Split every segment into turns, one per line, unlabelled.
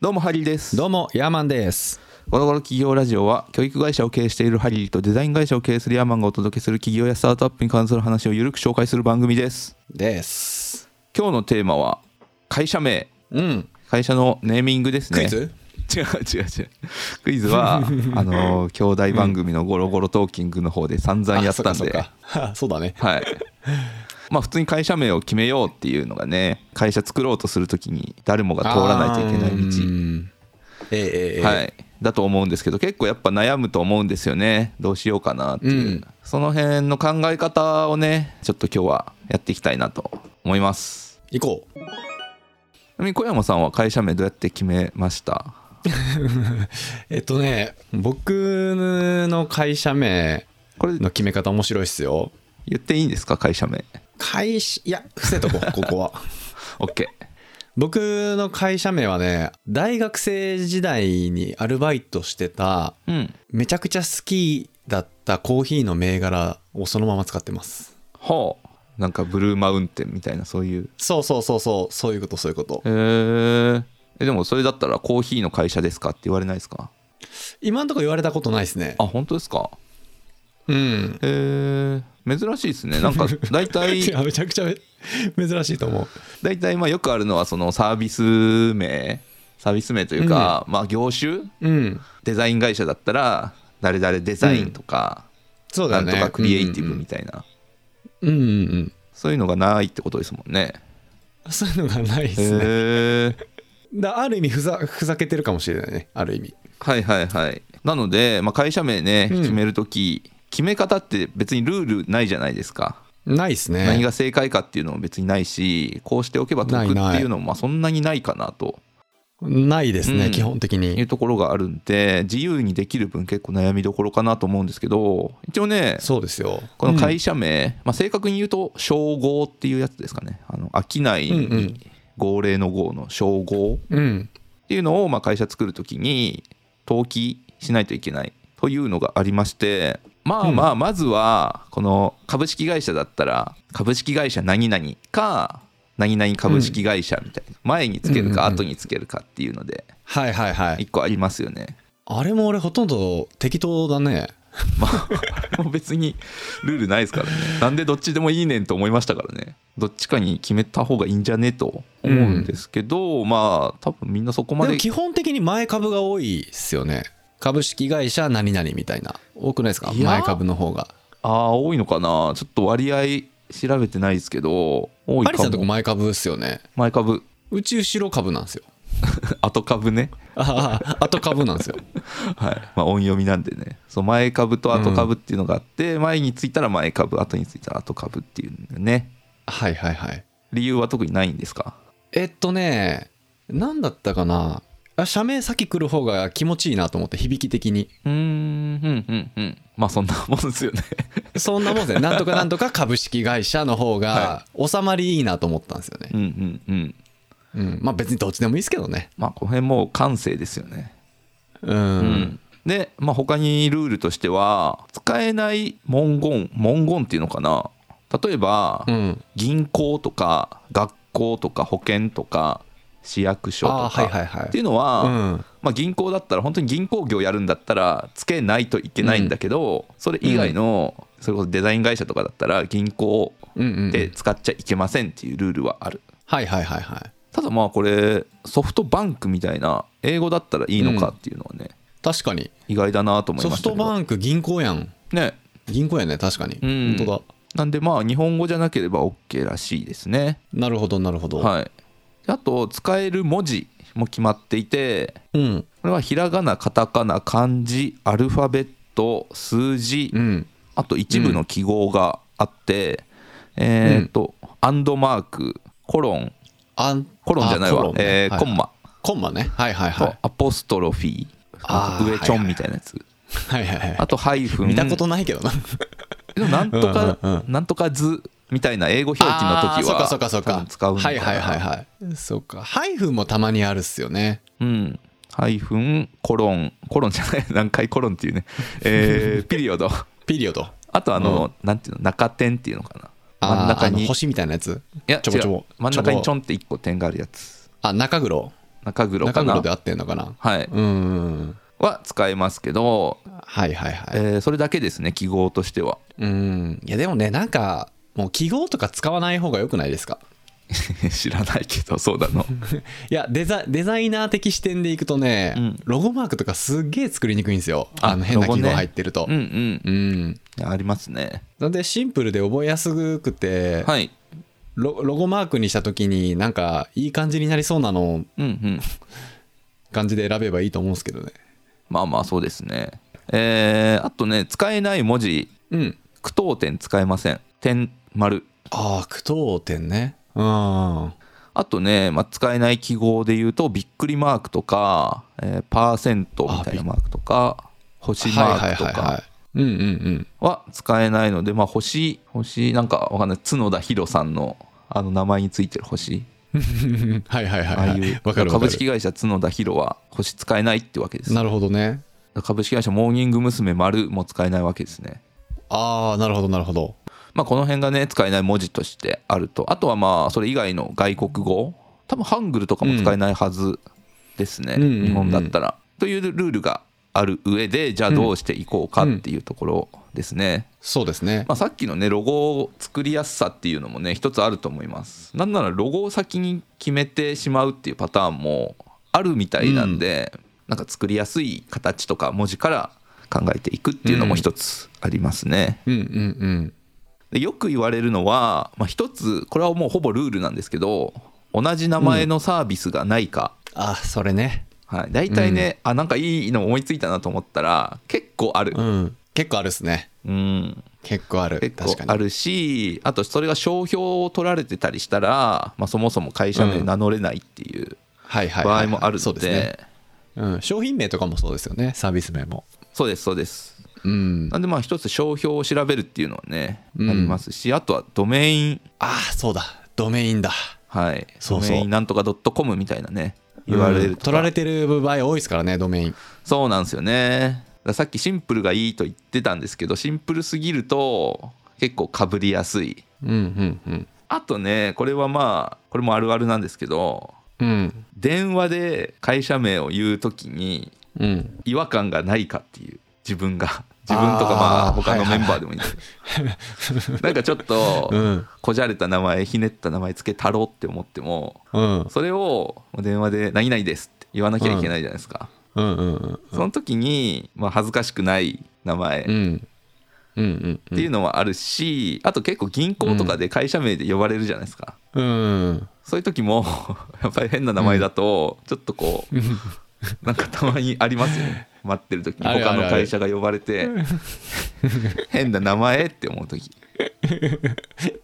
どうもハリーです
どうもヤーマンです
ゴロゴロ企業ラジオは教育会社を経営しているハリーとデザイン会社を経営するヤーマンがお届けする企業やスタートアップに関する話をゆるく紹介する番組です
です
今日のテーマは会社名
うん
会社のネーミングですね
クイズ、
違う違う違うクイズ はあの兄弟番組のゴロゴロトーキングの方で散々やった
あ
ん
そ
で
かそっか そうだね
はいまあ普通に会社名を決めようっていうのがね会社作ろうとするときに誰もが通らないといけない道
うんええええええ
はい、だと思うんですけど結構やっぱ悩むと思うんですよねどうしようかなっていう、
うん
その辺の考え方をねちょっと今日はやっていきたいなと思います
行こう
ちなみに小山さんは会社名どうやって決めました
えっとね僕の会社名
これ
の決め方面白いっすよ
言っていいんですか会社名
会社いや伏せとこ うここは
OK
僕の会社名はね大学生時代にアルバイトしてた
うん
めちゃくちゃ好きだったコーヒーの銘柄をそのまま使ってます
ほうなんかブルーマウンテンみたいなそういう
そうそうそうそうそういうことそういうこと
へーえでもそれだったらコーヒーの会社ですかって言われないですか
今んとこ言われたことないですね
あ本当ですか
うん
へえ珍しいですねなんか大体
いやめちゃくちゃめ珍しいと思う
大体まあよくあるのはそのサービス名サービス名というか、まあ業種
うん
デザイン会社だったら誰々デザインとか、
そうだ
な
よ
んと
ね
かクリエイティブみたいな、
うんうんうん、うん
そういうのがないってことですもんね。
うんそういうのがないで
へ
すね
ー
だある意味ふざふざけてるかもしれないねある意味
はいはいはい。なので、まあ、会社名ね
うん
決めるとき、決め方って別にルールないじゃないですか。
ないですね
何が正解かっていうのも別にないしこうしておけば得って
ないない
いうのもまあそんなにないかなと
ないですね、
うん
基本的
いう
に
ところがあるんで自由にできる分結構悩みどころかなと思うんですけど一応ね
そうですよ
この会社名、まあ、正確に言うと称号っていうやつですかねあの商い
うんうん
に号令の号の称号
うん、うん
っていうのをまあ会社作るときに登記しないといけないというのがありましてまあまあまずはこの株式会社だったら株式会社何々か何々株式会社みたいな前につけるか
うんうんう
後
ん
につけるかっていうので
はいはいはい
一個ありますよね。
あれも俺ほとんど適当だね
まあ、もう別にルールないですからね。なんでどっちでもいいねんと思いましたからね。どっちかに決めた方がいいんじゃねと思うんですけど、まあ、多分みんなそこま
でも
で。
基本的に前株が多いっすよね株式会社何々みたいな多くないですか
いや
前株の方が
ああ、多いのかな。ちょっと割合調べてないですけど、多い
アリさ
か
んとこ
も。
前株っすよね
前株、
うち後ろ株なんですよ
後株ね。
ああ後株なんですよ
はい。まあ、音読みなんでね。そう、前株と後株っていうのがあって、前についたら前株、後についたら後株っていうね。
はいはいはい
理由は特にないんですか
えっとね何だったかなあ社名先来る方が気持ちいいなと思って響き的に
うーん、うん、うん、うん。まあ、そんなもんですよね。
そんなもんですねなんとか なんとか株式会社の方が収まりいいなと思ったんですよね
う、ん、うん、うん。
うん、まあ別にどっちでもいいですけどね
まあ、この辺もう感性ですよね。
うん、
で、まあ、他にルールとしては使えない文言文言っていうのかな例えば、
うん、
銀行とか学校とか保険とか市役所と
ああ
か、
はいはいはい
っていうのは、
うん
まあ、銀行だったら本当に銀行業やるんだったらつけないといけないんだけど、それ以外の、それこそデザイン会社とかだったら銀行
うんうん
で使っちゃいけませんっていうルールはある。
はいはいはいはい
ただまあこれソフトバンクみたいな英語だったらいいのかっていうのはね、
確かに
意外だなと思い
ソ
ま
フ
した
ト
けど
バンク銀行やん
ね
銀行やね確かに、
うん
本当だ
なんでまあ日本語じゃなければ OK らしいですね
なるほどなるほど、
はいであと使える文字も決まっていて
うん
これはひらがなカタカナ漢字アルファベット数字
うん
あと一部の記号があって、えっと、アンドマークコロン
あ
コロンじゃない
あ
わ
コロンね
えー
はい
コンマ
コンマねはいはいは
と
い
アポストロフィー
あー
上ちょんみたいなやつ
はいはいは
あとハイフ
い
ン
見たことないけ どな
でもなんとか、
うんうん
なんとか図みたいな英語表記の時
あーそっ
は
かそっかそっ
多
か
分使うんだ
はいはいはいはいそうかハイフンもたまにあるっすよね
うんハイフンコロンコロンじゃない 何回コロンっていうね、 えーピリオド
ピリオド
あとあの、なんていうの中点っていうのかな真ん
あー
中
あの
にい
星みたいなやつ
や
ちょぼちょぼ
違う真ん中にち
ちょ
ょんって一個点があるやつ
あ中黒
中黒か
中
な
黒で合ってんのかな
はい、
うんうんうん
は使えますけど、
はいはいはい、
えーそれだけですね記号としては
うんいやでもねなんかもう記号とか使わない方が良くないですか
知らないけどそうだの
いやデザデザイナー的視点でいくとね、
うん
ロゴマークとかすっげえ作りにくいんですよ
あ
あの変な
ロゴ
記
ね
号入ってると、
うんうん
うん
ありますね
なんでシンプルで覚えやすくて、
はい
ロロゴマークにした時になんかいい感じになりそうなの
うんうん
感じで選べばいいと思うんですけどね
まあまあそうですねえー、あとね使えない文字
うん
句読点使えません点丸
ああ句読点ねうんあ
あとね、まあ、使えない記号で言うとびっくりマークとか、えーパーセントみたいなマークとか星マークとか
いうんうんうん
は使えないので、まあ、星星なんかわかんない角田博さんのあの名前についてる星
はいはいはい
ああ
はい
いう
わかるわか
株
る
式会社角田博は星使えないってわけです
なるほどね
株式会社モーニング娘。丸も使えないわけですね
ああなるほどなるほど
まあこの辺がね使えない文字としてあるとあとはまあそれ以外の外国語多分ハングルとかも使えないはずですね、
うんうんうんうん
日本だったらというルールがある上でじゃあどうしていこうかっていうところですね、
そうですね
まあ、さっきのねロゴを作りやすさっていうのもね一つあると思いますなんならロゴを先に決めてしまうっていうパターンもあるみたいなんで、なんか作りやすい形とか文字から考えていくっていうのも一つありますね、
うんうんうん
でよく言われるのは、まあ、一つこれはもうほぼルールなんですけど同じ名前のサービスがないか、
あそれね
はい、大体ね、あなんかいいの思いついたなと思ったら結構ある
うん結構あるっすね
うん
結構ある
結構
確か
あ
に
るしあとそれが商標を取られてたりしたら、まあ、そもそも会社名名乗れないっていう
はいはい
場
はいはい
合もある
そ
の
うですね
で
うん、商品名とかもそうですよねサービス名も
そうですそうです
うん
なんでまあ一つ商標を調べるっていうのはね、
うん
ありますしあとはドメイン
ああそうだドメインだ
はい
そうそう
ドメインなんとか .com みたいなね言われ
うん
ると
取ら
か、
れてる場合多いですからねドメイン
そうなんですよねだからさっきシンプルがいいと言ってたんですけどシンプルすぎると結構かぶりやすい
うんうん
あとねこれはまあこれもあるあるなんですけど
うんうん
電話で会社名を言うときに
うん
違和感がないかっていう自分が自分とかま
あ
あ
ー
他の
は
メ
いはい
ンバーでもいいんですけどなんかちょっと
うん
こじゃれた名前ひねった名前つけたろうって思っても
うん
それを電話で「何々です」って言わなきゃいけないじゃないですか、
うんうんうん
その時に、まあ、恥ずかしくない名前っ
う
て
んうんうんうん
いうのはあるしあと結構銀行とかで会社名で呼ばれるじゃないですか、
うん
そういう時も やっぱり変な名前だとちょっとこう、なんかたまにありますよね待ってる時に
あるあ
他
る
の会社が呼ばれて変な名前って思う時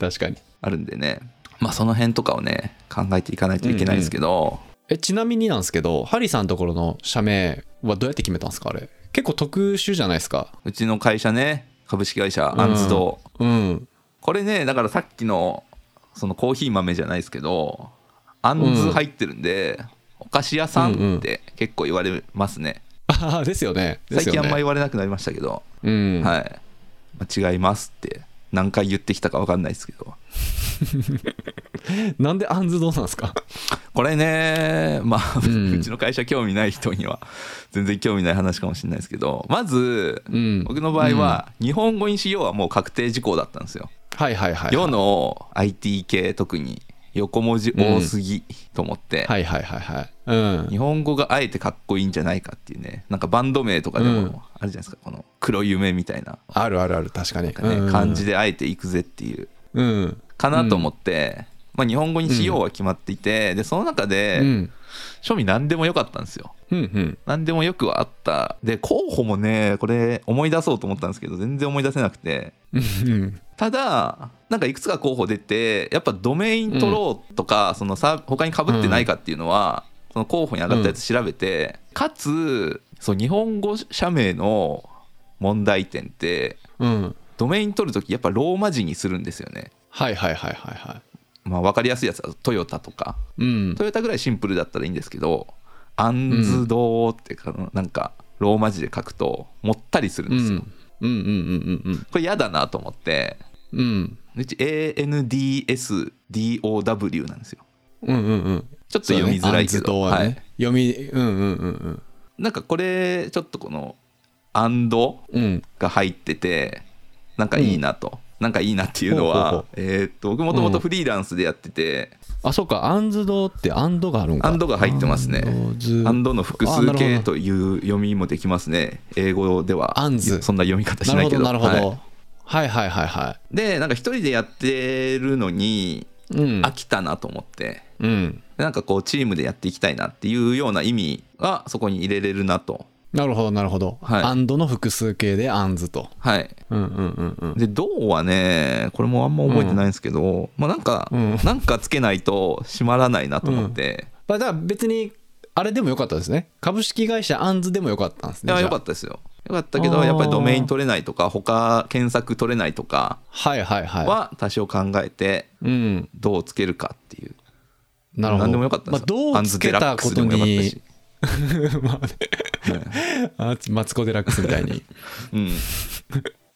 確かに
あるんでねまあその辺とかをね考えていかないといけないですけど、
えちなみになんですけどハリーさんのところの社名はどうやって決めたんですかあれ結構特殊じゃないですか
うちの会社ね株式会社アンズド、
うん
これねだからさっきのそのコーヒー豆じゃないですけどアンズ入ってるんで、お菓子屋さんって結構言われますね、
ああ ですよねです
最
よ
近あ
ね
んま言われなくなりましたけど
うん
はい、まあ違いますって何回言ってきたか分かんないですけど
なんでアンズどうなんですか
これねまあ、
う
うんちの会社興味ない人には全然興味ない話かもしれないですけどまず、
うん
僕の場合は、日本語にしようはもう確定事項だったんですよ、
はいはいはい
世の IT 系特に横文字多すぎと思って、
はいはいはいはいうん
日本語があえてかっこいいんじゃないかっていうねなんかバンド名とかで
う
もあ
ん
るじゃないですか、この黒夢みたいな
あるあるある確かに
なんかね、
うん
感じであえていくぜっていう
うん
かなと思って、まあ、日本語にしようは決まっていて、でその中
う
で、
ん
庶民何でもよかったんですよ
うんうん
何でもよくはあったで候補もねこれ思い出そうと思ったんですけど全然思い出せなくて
うん
ただなんかいくつか候補出てやっぱドメイン取ろうとか、そのさ他にかぶってないかっていうのは、その候補に上がったやつ調べて、かつそう日本語社名の問題点って
うん
ドメイン取るときやっぱローマ字にするんですよね。
はいはいはいはいは
まあ、分かりやすいやつはトヨタとか
いうん
トヨタぐらいシンプルだったらいいんですけど「アンズドーってかなんかローマ字で書くともったりするん
うんう
です
ん
よ、
うんうんうん
これ嫌だなと思って
うんうん
うち ANDSDOW なんですよ
うんうんうん
ちょっと読みづらいけ
そうだ
ど、
ねアンズドーは
は
ね
い、
読みうんうんうん
なんかこれちょっとこの「アンド
うんうん」
が入っててなんかいいなと、なんかいいなっていうのは
ほうほ
えーっと僕もともとフリーランスでやってて、
あそうかアンズドってアンドがあるんか
アンドが入ってますね
アンドズ
アンドの複
あな
数
るほど
形という読みもできますね英語では
アンズ
そんな読み方し
な
な
る
い
ほ
け
ど
ど
なるほど、
はい
はい、はいはいは
でなんか一人でやってるのに
いうん
飽きたなと思って、
うん
なんかこうチームでやっていきたいなっていうような意味がそこに入れれるなと
なるほどなるほど、
はい
アンドの複数形でアンズと
はい
うんうんうんうん
で「どう」はねこれもあんま覚えてないんですけど、まあなんか、
うん
なんかつけないと閉まらないなと思って、
まあだから別にあれでもよかったですね株式会社アンズでもよかったんですね
いや
じ
よ
ゃあ
かったですよよかったけ
あ
ど
ー
やっぱりドメイン取れないとか他検索取れないとか
はいはいはい
は多少考えて
うん
「どう」つけるかっていう
なるほど
何でもよかったんですよ、
まあ、どうつけたこと
アンズデラックスでもよかった
に
し
ま あねあマツコ・デラックスみたいに
うん、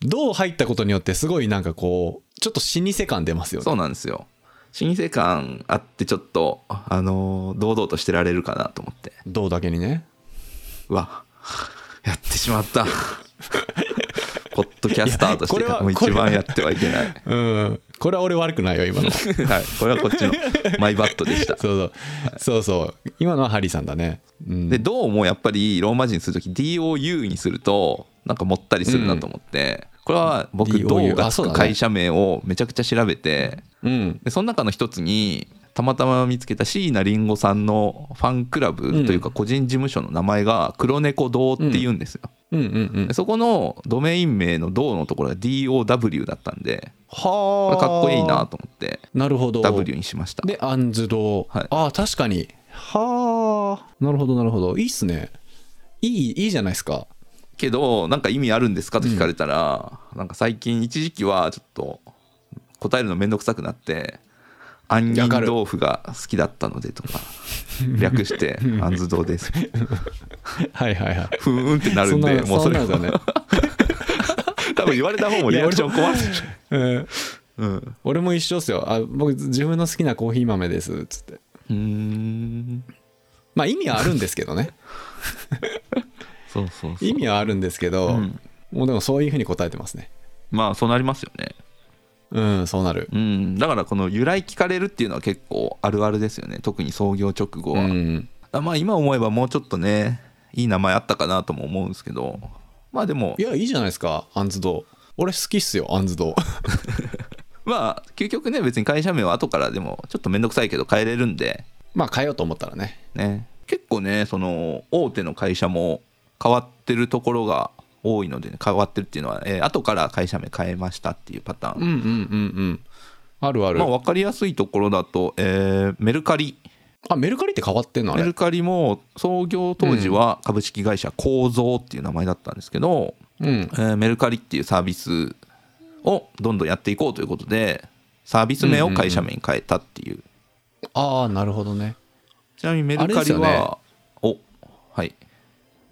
どう入ったことによってすごいなんかこうちょっと老舗感出ますよね
そうなんですよ老舗感あってちょっとあのー堂々としてられるかなと思って
どうだけにね
うわやってしまったポッドキャスターとし
い
て
やこれは
もう一
これは
番やってはいけない
うんこれは俺悪くないよ 今のそう
はいこれはこっちのマイバットでした
そうそうそう今のはハリーさんだね、う ん、
でどうもやっぱりローマ字にするとき DOU にするとなんかもったりするなと思って、これは僕
DOU
どうがつ
あそうだ
く
ね
会社名をめちゃくちゃ調べて
うん
でその中の一つにたまたま見つけた椎名林檎さんのファンクラブというか個人事務所の名前が黒猫堂っていうんですよ、
うんうんうん
でそこのドメイン名の堂のところが DOW だったんでこ
は
れかっこいいなと思って
なるほど
W にしました
でアンズド、
はい
ああ確かにはあなるほどなるほどいいっすねいいいいじゃないですか
けどなんか意味あるんですかと聞かれたら、なんか最近一時期はちょっと答えるのめんどくさくなって杏仁豆腐が好きだったのでとか略して「あんず堂です」
はいはいはい
ふーんってなるんで
そんな
もうそれ
そんなんだね
多分言われた方もリアクション困るでしょ
うん
うん
俺も一緒っすよあ僕自分の好きなコーヒー豆ですっつって
うーん
まあ意味はあるんですけど ね
そうそうそう
意味はあるんですけど、
うん
もうでもそういうふうに答えてますね
まあそうなりますよね
うんそうなる
うんだからこの由来聞かれるっていうのは結構あるあるですよね特に創業直後
う
は、
ん
あまあ今思えばもうちょっとねいい名前あったかなとも思うんですけどまあでも
いやいいじゃないですかアンズド俺好きっすよアンズド
まあ究極ね別に会社名は後からでもちょっと面倒くさいけど変えれるんで
まあ変えようと思ったらね
ね結構ねその大手の会社も変わってるところが多いので、ね、変わってるっていうのは、えー後から会社名変えましたっていうパターン、
うんうんうんうんあるある、
まあ分かりやすいところだと、えーメルカリ
あメルカリって変わってんのあ
メ
れ
ルカリも創業当時は株式会社構造っていう名前だったんですけど、
うん
えーメルカリっていうサービスをどんどんやっていこうということでサービス名を会社名に変えたっていう,、
ああなるほどね
ちなみにメルカリは、おはい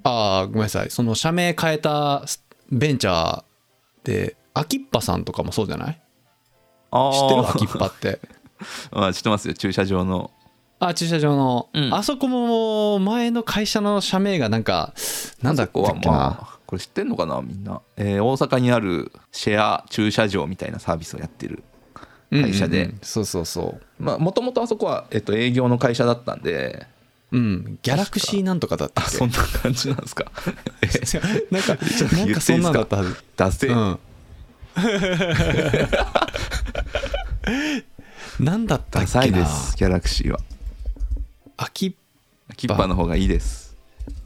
ああごめんなさいその社名変えたベンチャーでアキッパさんとかもそうじゃない
あ
知ってる
ー
アキッパって
あ知って ますよ駐車場の
あ駐車場の、
うん
あそこも前の会社の社名がなんかなんだっ
ここは
けな
まあこれ知ってんのかなみんな、えー大阪にあるシェア駐車場みたいなサービスをやってる
うんうんうん
会社で
そうそうそう
まあもともとあそこは、えっと営業の会社だったんで
うんギャラクシーなんとかだった
あ
っけ
そんな感じなんですか
なん か
と言ってい
ないん
ですか
かそんなんだったはず
ダセ、
うん何だった
ダ
っ けな
サいですギャラクシーは
アキ
キッパーの方がいいです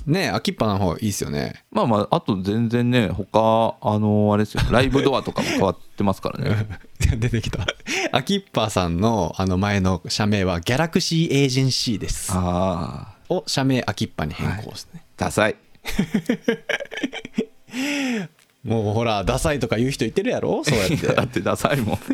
ねえアキッパの方いいっすよね
まあまああと全然ね他あのあれですよライブドアとかも変わってますから ね
出てきたアキッパさんのあの前の社名はギャラクシーエージェンシーです
ああ
を社名アキッパに変更してね、
ダサい
もうほらダサいとか言う人いてるやろそうやっ
い やだっててダサいもん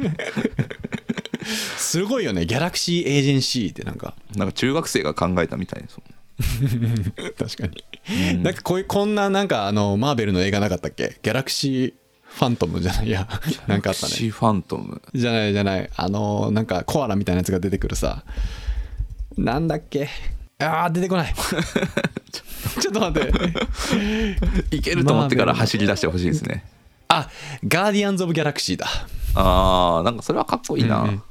すごいよねギャラクシーエージェンシーってなんか
なんか中学生が考えたみたいですもんね
確かに、なんかこういうこんななんかあのマーベルの映画なかったっけギャラクシーファントムじゃないいやなんかあった
タク
ね
シーファントム
じゃないじゃないあのなんかコアラみたいなやつが出てくるさなんだっけあー出てこない ちょっと待って
いけると思ってから走り出してほしいですね。
あガーディアンズ・オブ・ギャラクシーだ
ああ、なんかそれはかっこいいな。
うんうん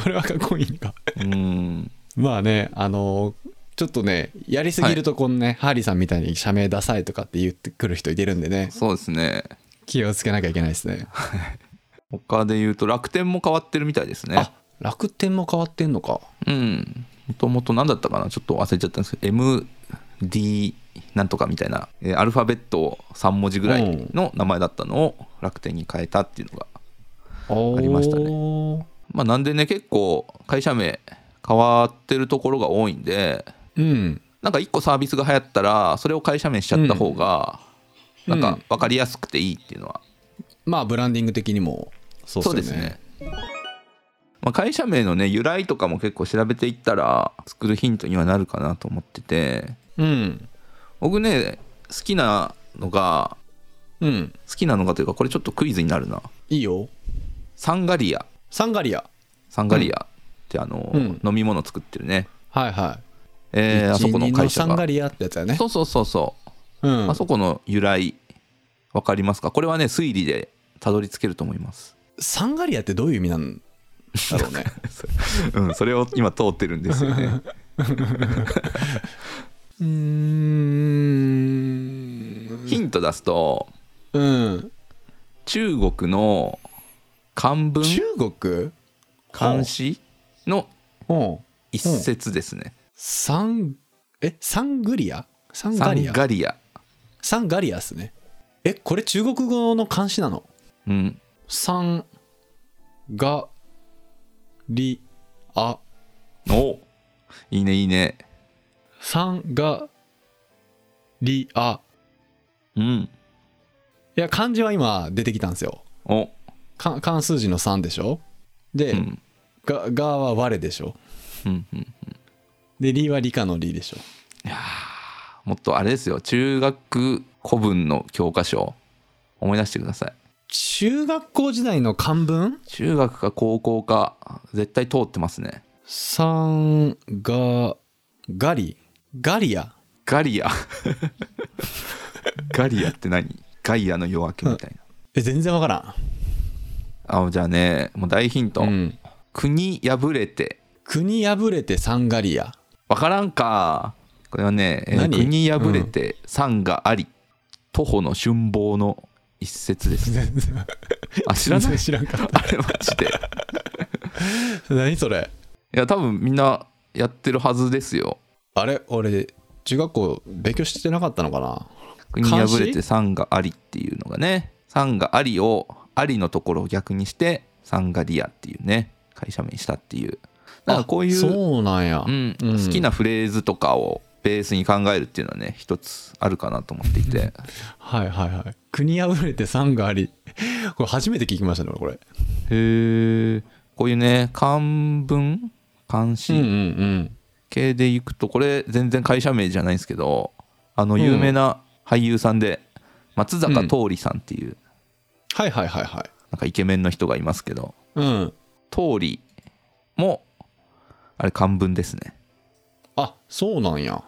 これはかっこいいのか
うん。
まあねあのちょっとねやりすぎるとこのね、ハーリーさんみたいに社名ダサいとかって言ってくる人いてるんでね
そうですね。
気をつけなきゃいけないですね
他で言うと楽天も変わってるみたいですね
あ。楽天も変わってんのか
うん。もともと何だったかなちょっと忘れちゃったんですけど、MD なんとかみたいな、えーアルファベットを3文字ぐらいの名前だったのを楽天に変えたっていうのが。
あ
りました
ね
まあなんでね、結構会社名変わってるところが多いんで、
うん
なんか一個サービスが流行ったら、それを会社名しちゃった方が、
うん
なんか分かりやすくていいっていうのは
まあブランディング的にもそうっ
そう
よ
ですね。まあ、会社名のね由来とかも結構調べていったら作るヒントにはなるかなと思ってて
うん
僕ね好きなのが
うん
好きなのがというかこれちょっとクイズになるない
いよ
サンガリア
サンガリア
サンガリアってあの、
うん
飲み物作ってるね、
はいはい
えーあそこの会社
一人サンガ
が
リアってやつだよね
そうそうそうそう、
うん
あそこの由来わかりますかこれはね推理でたどり着けると思います、
サンガリアってどういう意味なんだろうね
うん、それを今通ってるんですよね
うーん
ヒント出すと
うん
中国の漢文
中国
監視の
うん
一節ですね。
サンえサングリアサン
サ
ガ
ン
リア
ガリア。
サンガリアっすねえこれ中国語の漢詩なの
うん。
サンガリア
おいいねいいね。
サンガリア
うん。
いや漢字は今出てきたんですよ
お、
か漢数字の3でしょで、
うん。
ががは我でしょ
うんうん。
で理は理科の理でしょ
もっとあれですよ。中学古文の教科書。思い出してください。
中学校時代の漢文
中学か高校か、絶対通ってますね。
サンガガリガリア
ガリア。 ガリアって何ガイアの夜明けみたい
え全然わから
な。あ、じゃあね、もう大ヒント。
ん、うん、
国破れて。
国破れてサンガリア
わからんかこれはね、えー
何
国破れて山があり、徒歩の春望の一節ですねあ知らない
知ら んかっ
あれマジでい
た何それ
や多分みんなやってるはずですよ
あれ俺中学校勉強してなかったのかな
国破れて山がありっていうのがね山がありをありのところを逆にして山がリアっていうね会社名にしたっていうだからこういう
そうなんや、
うん
うん
好きなフレーズとかをベースに考えるっていうのはね一つあるかなと思っていて
はいはいはい国破れてサンガリ これ初めて聞きましたね俺これ
へえこういうね漢文漢
うんうん
詩
うん
系でいくとこれ全然会社名じゃないんですけどあの有名な俳優さんで松坂桃李さんっていう
はいはいはいはい
なんかイケメンの人がいますけど
うん
桃李もあれ漢文ですね
あそうなんや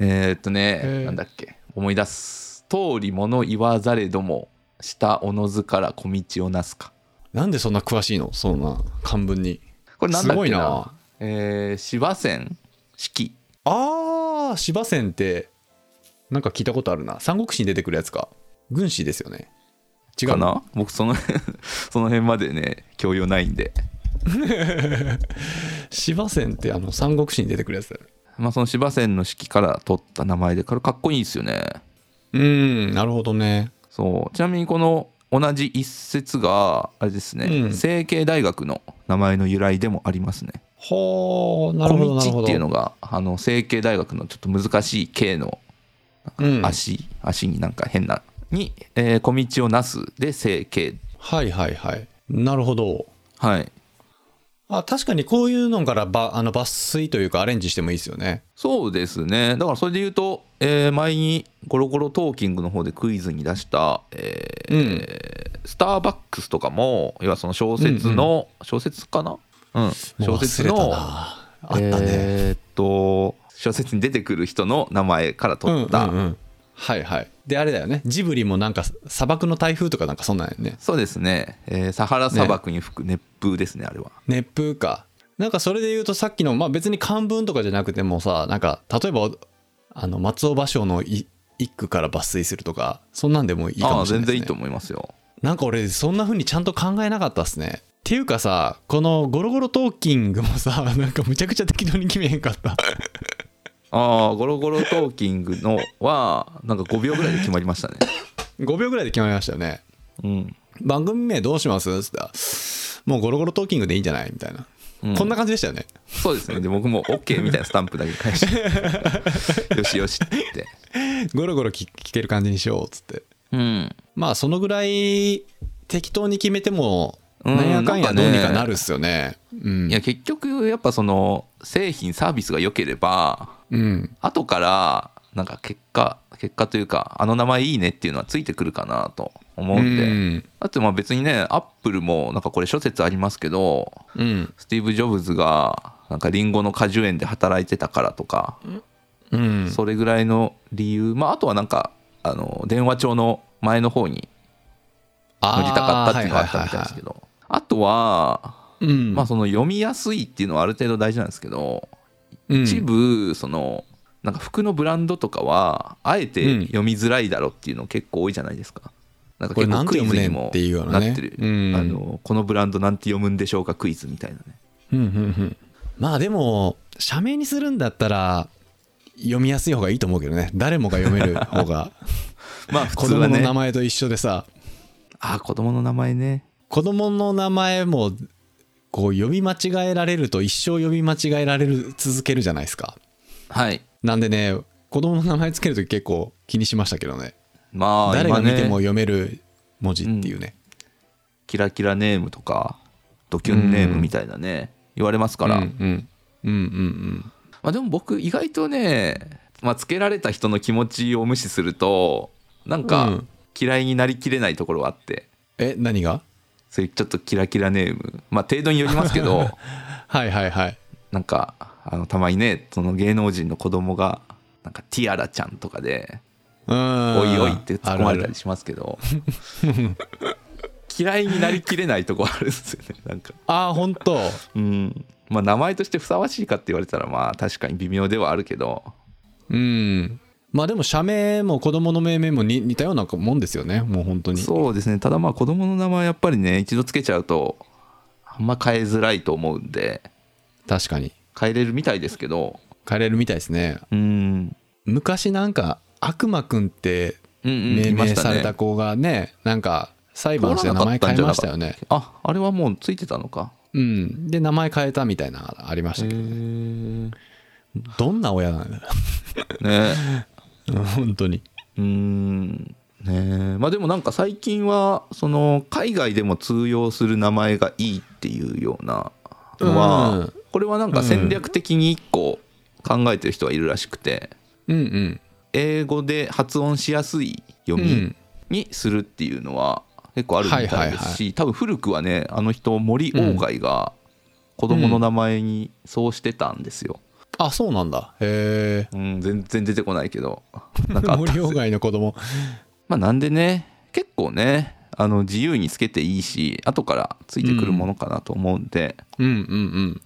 えー、っと
へ
ね
ー
なんだっけ思い出す通り物言わざれどもしたおのずから小道をなすか
なんでそんな詳しいのそんな漢文に
これなんだっ
すご
け
い
な
な
えー、芝線式
あー芝線ってなんか聞いたことあるな三国志に出てくるやつか軍師ですよね違う
かな僕その その辺までね教養ないんで
芝線ってあの三国志に出てくるやつだよね
まあその芝線の式から取った名前でこれかっこいいですよね
うんなるほどね
そうちなみにこの同じ一節があれですね、
うん
成蹊大学の名前の由来でもありますね
ほーなる
小
ほどなる
道
ほど
っていうのがあの成蹊大学のちょっと難しい系の
うん、はい
足、足になんか変なに、えー小道をなすで成蹊
はいはいなるほど
はい
あ確かにこういうのからばあの抜粋というかアレンジしてもいいですよね
そうですね。だからそれで言うと、えー前にゴロゴロトーキングの方でクイズに出した、えー
うん
スターバックスとかも、要はその小説の、小説かなうん、
もう
小説
忘れた
の、
なあったね、
えーっと、小説に出てくる人の名前から取った、
うんうんうんはいはいであれだよねジブリもなんか砂漠の台風とかなんかそんなんやね
そうですね、えーサハラ砂漠に吹く熱風ですねあれは
熱風かなんかそれで言うとさっきのまあ別に漢文とかじゃなくてもさなんか例えばあの松尾芭蕉のい一句から抜粋するとかそんなんでもいいか
ああ
もしれ
全
ないです、ね、
然いいと思いますよ
なんか俺そんな風にちゃんと考えなかったっすねっていうかさこのゴロゴロトーキングもさ なんかむちゃくちゃ適当に決めへんかった
ああゴロゴロトーキングのはなんか5秒ぐらいで決まりましたね
5秒ぐらいで決まりましたよね
うん、
番組名どうしますっつったらもうゴロゴロトーキングでいいんじゃないみたいな、
うん
こんな感じでしたよね
そうですねで僕も OK みたいなスタンプだけ返して よしよしって
ゴロゴロ聞聞ける感じにしようっつって
うん
まあそのぐらい適当に決めても
うん
なんやかん
な
や
んか
ど
ね
うにかなるっすよねうん
いや結局やっぱその製品サービスが良ければ
うん
後からなんか結果結果というかあの名前いいねっていうのはついてくるかなと思うんで、
うん
だってまあ別にねアップルもなんかこれ諸説ありますけど
うん
スティーブ・ジョブズがなんかリンゴの果樹園で働いてたからとか、
うん
それぐらいの理由まああとはなんかあの電話帳の前の方に
あ
乗り
ー
たかったっていうのがあったみたいですけどあとは
はいはいはいうん
まあその読みやすいっていうのはある程度大事なんですけど
うん
一部そのなんか服のブランドとかはあえ
うん
て読みづらいだろっていうの結構多いじゃないですか。なんか
これ
結
な
構
ん
ク
て
イ
読む
ズ
ね
に
ん
も
っていうよう
な
なね
ってる、
うん
あのこのブランドなんて読むんでしょうかクイズみたいなね
うんうんうんまあでも社名にするんだったら読みやすい方がいいと思うけどね誰もが読める方が
まあ 普
子
通
供
は
の
ね
名前と一緒でさ
あー子供の名前ね
子供の名前もこう読み間違えられると一生読み間違えられる続けるじゃないですか
はい
なんでね子供の名前つけるとき結構気にしましたけどね
まあ
誰が
今ね
見ても読める文字っていうね、
キラキラネームとかドキュンネームみたいなね、言われますから、
うんうんうんうん
まあ、でも僕意外とね、まあ、つけられた人の気持ちを無視するとなん
う
か
ん
嫌いになりきれないところはあって、
え何が
そういうちょっとキラキラネームまあ程度によりますけ ど
はいはいはい
なんかあのたまにねその芸能人の子供がなんかティアラちゃんとかで「
うん
おいおい」って突っ込まれ
あるあ
た
る
りしますけど 嫌いになりきれないとこあるんですよねなんか
ああ本当
うんまあ名前としてふさわしいかって言われたらまあ確かに微妙ではあるけど
うんまあでも社名も子供の命名もに似たようなもんですよねもう本当に
そうですねただまあ子供の名前やっぱりね一度つけちゃうとあんま変えづらいと思うんで
確かに
変えれるみたいですけど
変えれるみたいですね
うん
昔なんか悪魔くんって
うんうん
命
いま
名
した
され
ね
た子がねなんか裁判して名前変えましたよね
ああれはもうついてたのか
うんで名前変えたみたいなのありましたけど
ね
どんな親なんだろう 本当に
うんねえまあでもなんか最近はその海外でも通用する名前がいいっていうようなのは、
うん
これはなんか戦略的に一個考えてる人はいるらしくて、
うんうん
英語で発音しやすい読
う
み
ん
にするっていうのは結構あるみたいですし、
はいはいはい
多分古くはねあの人森鴎外が子供の名前にそうしてたんですよ、
あそうなんだへえ
うん全然出てこないけどなん かあったんで
森
すよ
鴎外の子供
まあなんでね結構ねあの自由につけていいし後からついてくるものかなと思うんで、
うんうんうん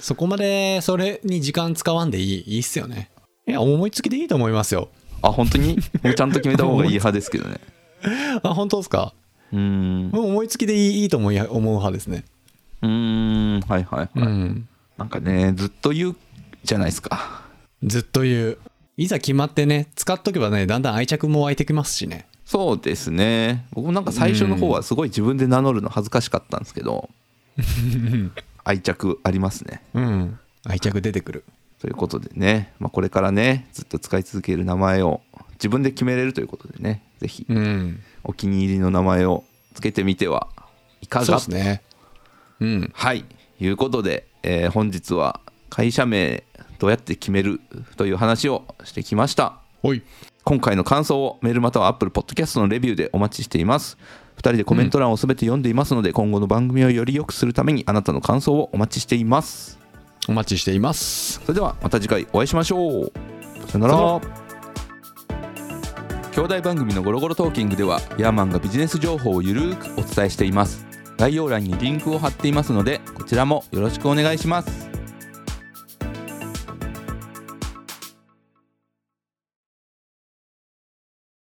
そこまでそれに時間使わんでいいいいっすよねいや思いつきでいいと思いますよ
あ本当にもうちゃんと決めた方がいい派ですけどね
あ本当ですか
うん
もう思いつきでいいいいと思い思う派ですね
うーんはいはいはい、
うん
なんかねずっと言うじゃないですか
ずっと言ういざ決まってね使っとけばねだんだん愛着も湧いてきますしね
そうですね僕もなんか最初の方はすごい自分で名乗るの恥ずかしかったんですけ ど愛着ありますね
うん愛着出てくる
ということでね、まあ、これからねずっと使い続ける名前を自分で決めれるということでねぜひ
うん
お気に入りの名前をつけてみてはいか
そう
が
ですねうん
はいいうことで、えー本日は会社名どうやって決めるという話をしてきました
おい
今回の感想をメールまたは Apple Podcast のレビューでお待ちしています2人でコメント欄を全て読んでいますので、今後の番組をより良くするためにあなたの感想をお待ちしています
お待ちしています
それではまた次回お会いしましょうさよなら
さよ
兄弟番組のゴロゴロトーキングではヤーマンがビジネス情報をゆるーくお伝えしています概要欄にリンクを貼っていますのでこちらもよろしくお願いします